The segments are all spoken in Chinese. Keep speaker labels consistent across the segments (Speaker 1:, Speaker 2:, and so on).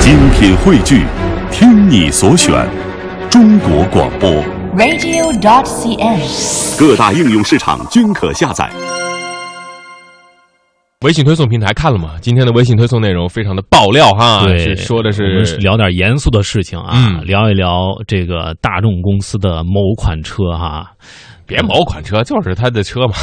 Speaker 1: 精品汇聚，听你所选，中国广播。
Speaker 2: radio.cn。
Speaker 1: 各大应用市场均可下载。
Speaker 3: 微信推送平台看了吗？今天的微信推送内容非常的爆料哈，
Speaker 4: 对
Speaker 3: 是说的
Speaker 4: 我们
Speaker 3: 是
Speaker 4: 聊点严肃的事情啊，
Speaker 3: 嗯
Speaker 4: 聊一聊这个大众公司的某款车哈、
Speaker 3: 别某款车，就是他的车 嘛。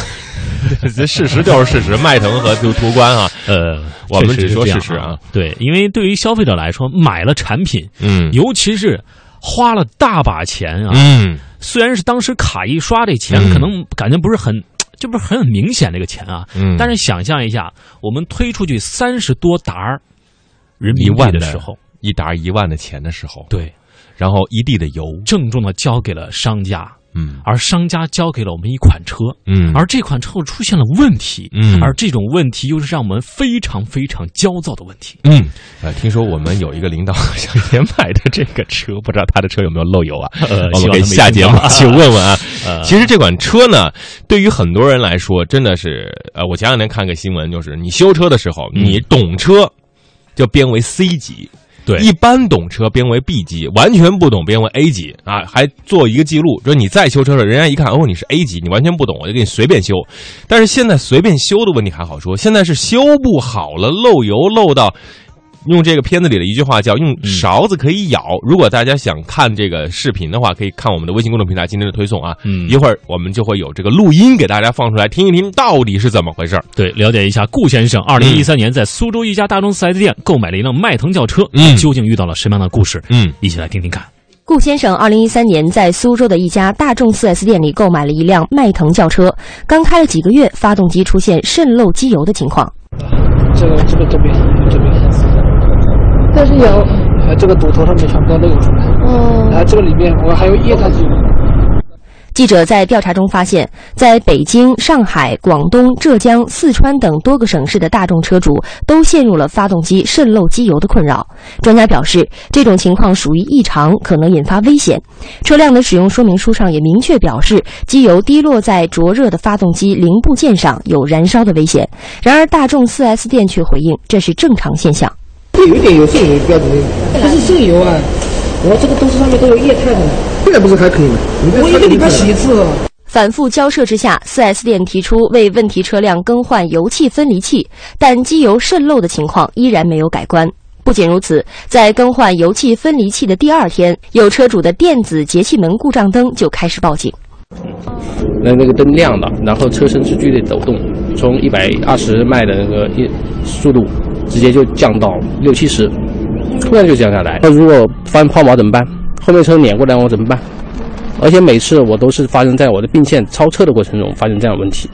Speaker 3: 这事实就是事实，迈腾和途途观啊，
Speaker 4: 呃，
Speaker 3: 我们
Speaker 4: 确实
Speaker 3: 只
Speaker 4: 是
Speaker 3: 说
Speaker 4: 这样
Speaker 3: 事实啊
Speaker 4: 啊，对，因为对于消费者来说，买了产品，
Speaker 3: 嗯
Speaker 4: 尤其是花了大把钱啊，
Speaker 3: 嗯，
Speaker 4: 虽然是当时卡一刷这钱，
Speaker 3: 嗯
Speaker 4: 可能感觉不是很，这不是很明显这个钱啊，
Speaker 3: 嗯
Speaker 4: 但是想象一下，我们推出去三十多沓儿人
Speaker 3: 一
Speaker 4: 民币
Speaker 3: 万
Speaker 4: 的
Speaker 3: 的
Speaker 4: 时候，
Speaker 3: 一沓一万的钱的时候，
Speaker 4: 对，
Speaker 3: 然后一地的油，
Speaker 4: 郑重的交给了商家，
Speaker 3: 嗯
Speaker 4: 而商家交给了我们一款车，
Speaker 3: 嗯
Speaker 4: 而这款车又出现了问题，
Speaker 3: 嗯
Speaker 4: 而这种问题又是让我们非常非常焦躁的问题。
Speaker 3: 嗯，呃，听说我们有一个领导想也买的这个车，不知道他的车有没有漏油啊？
Speaker 4: 呃
Speaker 3: 我
Speaker 4: 希
Speaker 3: 们
Speaker 4: 望
Speaker 3: 可以
Speaker 4: 他没
Speaker 3: 下节
Speaker 4: 听
Speaker 3: 目
Speaker 4: 到
Speaker 3: 去问问 啊。
Speaker 4: 呃
Speaker 3: 其实这款车呢，对于很多人来说，真的是呃，我前两天看个新闻，就是你修车的时候，
Speaker 4: 嗯
Speaker 3: 你懂车就编为 C 级。
Speaker 4: 对
Speaker 3: 一般懂车编为 B 级，完全不懂编为 A 级啊，还做一个记录，就是你再修车的时候，人家一看哦，你是 A 级，你完全不懂，我就给你随便修。但是现在随便修的问题还好说，现在是修不好了，漏油漏到。用这个片子里的一句话叫“
Speaker 4: 嗯
Speaker 3: 用勺子可以咬”。如果大家想看这个视频的话，可以看我们的微信公众平台今天的推送啊。
Speaker 4: 嗯
Speaker 3: 一会儿我们就会有这个录音给大家放出来，听一听到底是怎么回事儿。
Speaker 4: 对，了解一下顾先生，二零一三年在苏州一家大众 4S 店购买了一辆迈腾轿车，
Speaker 3: 嗯
Speaker 4: 究竟遇到了什么样的故事？
Speaker 3: 嗯，
Speaker 4: 一起来听听看。
Speaker 2: 顾先生二零一三年在苏州的一家大众 4S 店里购买了一辆迈腾轿车，刚开了几个月，发动机出现渗漏机油的情况。
Speaker 5: 这个这个这边这边，
Speaker 6: 但是有，
Speaker 5: 还有这个堵头上面全部都漏出来，还
Speaker 6: 嗯，
Speaker 5: 有这个里面我还有液态机油。
Speaker 2: 记者在调查中发现，在北京、上海、广东、浙江、四川等多个省市的大众车主都陷入了发动机渗漏机油的困扰。专家表示，这种情况属于异常，可能引发危险。车辆的使用说明书上也明确表示，机油滴落在灼热的发动机零部件上有燃烧的危险。然而，大众 4S 店却回应这是正常现象。
Speaker 7: 这有一点油，这也不要紧，
Speaker 5: 不是这个油啊，我这个东西上面都有液态的，
Speaker 7: 现在不是还可以吗？你
Speaker 5: 我一个礼拜洗一次。
Speaker 2: 反复交涉之下，4S 店提出为问题车辆更换油气分离器，但机油渗漏的情况依然没有改观。不仅如此，在更换油气分离器的第二天，有车主的电子节气门故障灯就开始报警。
Speaker 8: 那那个灯亮了，然后车身是剧烈抖动，从一百二十迈的那个一速度，直接就降到六七十，突然就降下来。那如果翻抛锚怎么办？后面车碾过来我怎么办？而且每次我都是发生在我的并线超车的过程中发生这样的问题。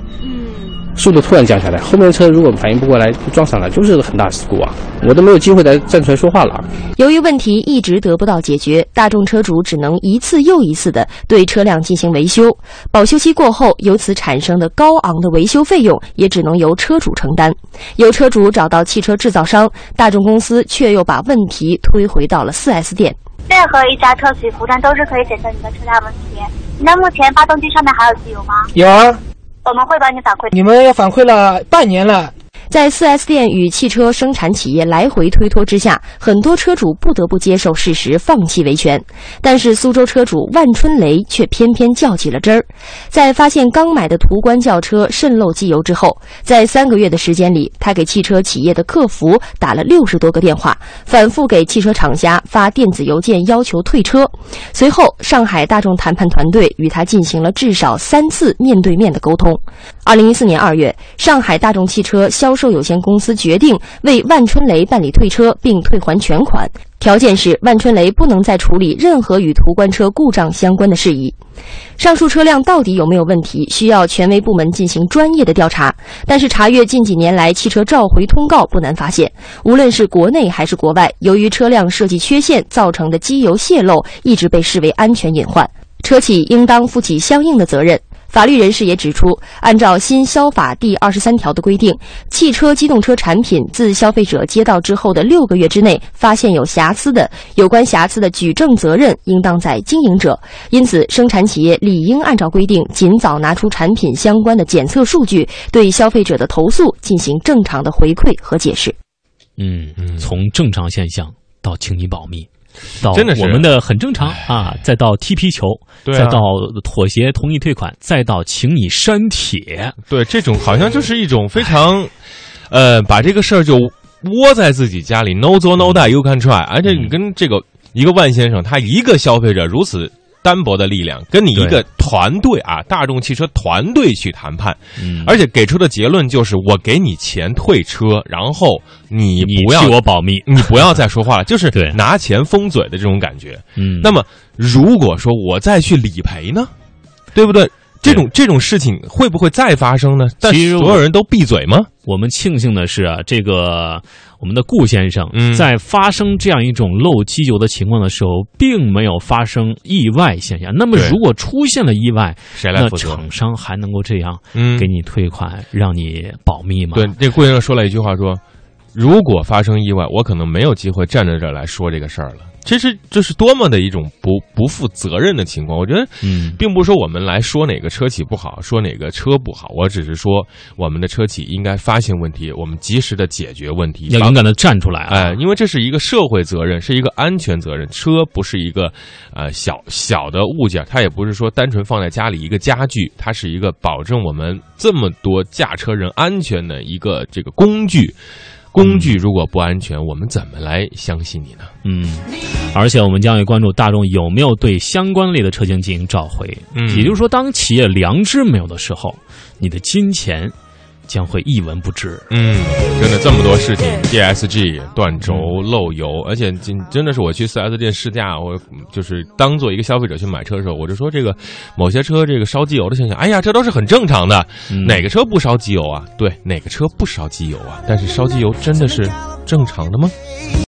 Speaker 8: 速度突然降下来，后面车如果反应不过来就撞上来，就是很大事故啊！我都没有机会来站出来说话了。
Speaker 2: 由于问题一直得不到解决，大众车主只能一次又一次的对车辆进行维修。保修期过后，由此产生的高昂的维修费用也只能由车主承担。有车主找到汽车制造商，大众公司却又把问题推回到了 4S 店。
Speaker 9: 任何一家特许服务站都是可以检测你的车辆问题。你那目前发动机上面还有机油吗？
Speaker 5: 有啊，
Speaker 9: 我们会帮你反馈。
Speaker 5: 你们反馈了半年了，
Speaker 2: 在 4S 店与汽车生产企业来回推脱之下，很多车主不得不接受事实，放弃维权。但是苏州车主万春雷却偏偏较起了真儿，在发现刚买的途观轿车渗漏机油之后，在三个月的时间里，他给汽车企业的客服打了六十多个电话，反复给汽车厂家发电子邮件要求退车。随后，上海大众谈判团队与他进行了至少三次面对面的沟通。二零一四年二月，上海大众汽车销售有限公司决定为万春雷办理退车，并退还全款，条件是万春雷不能再处理任何与途观车故障相关的事宜。上述车辆到底有没有问题，需要权威部门进行专业的调查。但是查阅近几年来汽车召回通告，不难发现，无论是国内还是国外，由于车辆设计缺陷造成的机油泄漏，一直被视为安全隐患，车企应当负起相应的责任。法律人士也指出，按照新消法第二十三条的规定，汽车机动车产品自消费者接到之后的六个月之内发现有瑕疵的，有关瑕疵的举证责任应当在经营者。因此，生产企业理应按照规定，尽早拿出产品相关的检测数据，对消费者的投诉进行正常的回馈和解释。
Speaker 4: 嗯嗯，从正常现象到请你保密，到
Speaker 3: 真的是
Speaker 4: 我们的很正常啊，再到踢皮球，
Speaker 3: 对啊
Speaker 4: 再到妥协同意退款，再到请你删帖，
Speaker 3: 对，这种好像就是一种非常，呃，把这个事儿就窝在自己家里，no 做 no
Speaker 4: 嗯
Speaker 3: die，you can try。而且你跟这个一个万先生，他一个消费者如此单薄的力量，跟你一个团队啊，大众汽车团队去谈判，
Speaker 4: 嗯，
Speaker 3: 而且给出的结论就是我给你钱退车，然后你
Speaker 4: 你
Speaker 3: 不要
Speaker 4: 替我保密，
Speaker 3: 你不要再说话了，就是
Speaker 4: 对
Speaker 3: 拿钱封嘴的这种感觉。
Speaker 4: 嗯，
Speaker 3: 那么，如果说我再去理赔呢，对不对？这种这种事情会不会再发生呢？但
Speaker 4: 其实我
Speaker 3: 所有人都闭嘴吗？
Speaker 4: 我们庆幸的是啊，这个我们的顾先生
Speaker 3: 嗯
Speaker 4: 在发生这样一种漏机油的情况的时候，并没有发生意外现象。那么，
Speaker 3: 对
Speaker 4: 如果出现了意外，
Speaker 3: 谁来
Speaker 4: 那
Speaker 3: 负责？
Speaker 4: 厂商还能够这样
Speaker 3: 嗯
Speaker 4: 给你退款，让你保密吗？
Speaker 3: 对，这顾先生说了一句话说：“如果发生意外，我可能没有机会站在这儿来说这个事儿了。”这是这是多么的一种不不负责任的情况！我觉得，
Speaker 4: 嗯
Speaker 3: 并不是说我们来说哪个车企不好，说哪个车不好，我只是说我们的车企应该发现问题，我们及时的解决问题，
Speaker 4: 要
Speaker 3: 把
Speaker 4: 勇敢的站出来啊！
Speaker 3: 哎，因为这是一个社会责任，是一个安全责任。车不是一个，呃，小小的物件，它也不是说单纯放在家里一个家具，它是一个保证我们这么多驾车人安全的一个这个工具。工具如果不安全，我们怎么来相信你呢？
Speaker 4: 嗯，而且我们将会关注大众有没有对相关类的车型进行召回。
Speaker 3: 嗯
Speaker 4: 也就是说，当企业良知没有的时候，你的金钱将会一文不值。
Speaker 3: 嗯，真的这么多事情，DSG 断轴、漏油，而且真真的是我去四 S 店试驾，我就是当做一个消费者去买车的时候，我就说这个某些车这个烧机油的现象，哎呀，这都是很正常的。
Speaker 4: 嗯
Speaker 3: 哪个车不烧机油啊？对，哪个车不烧机油啊？但是烧机油真的是正常的吗？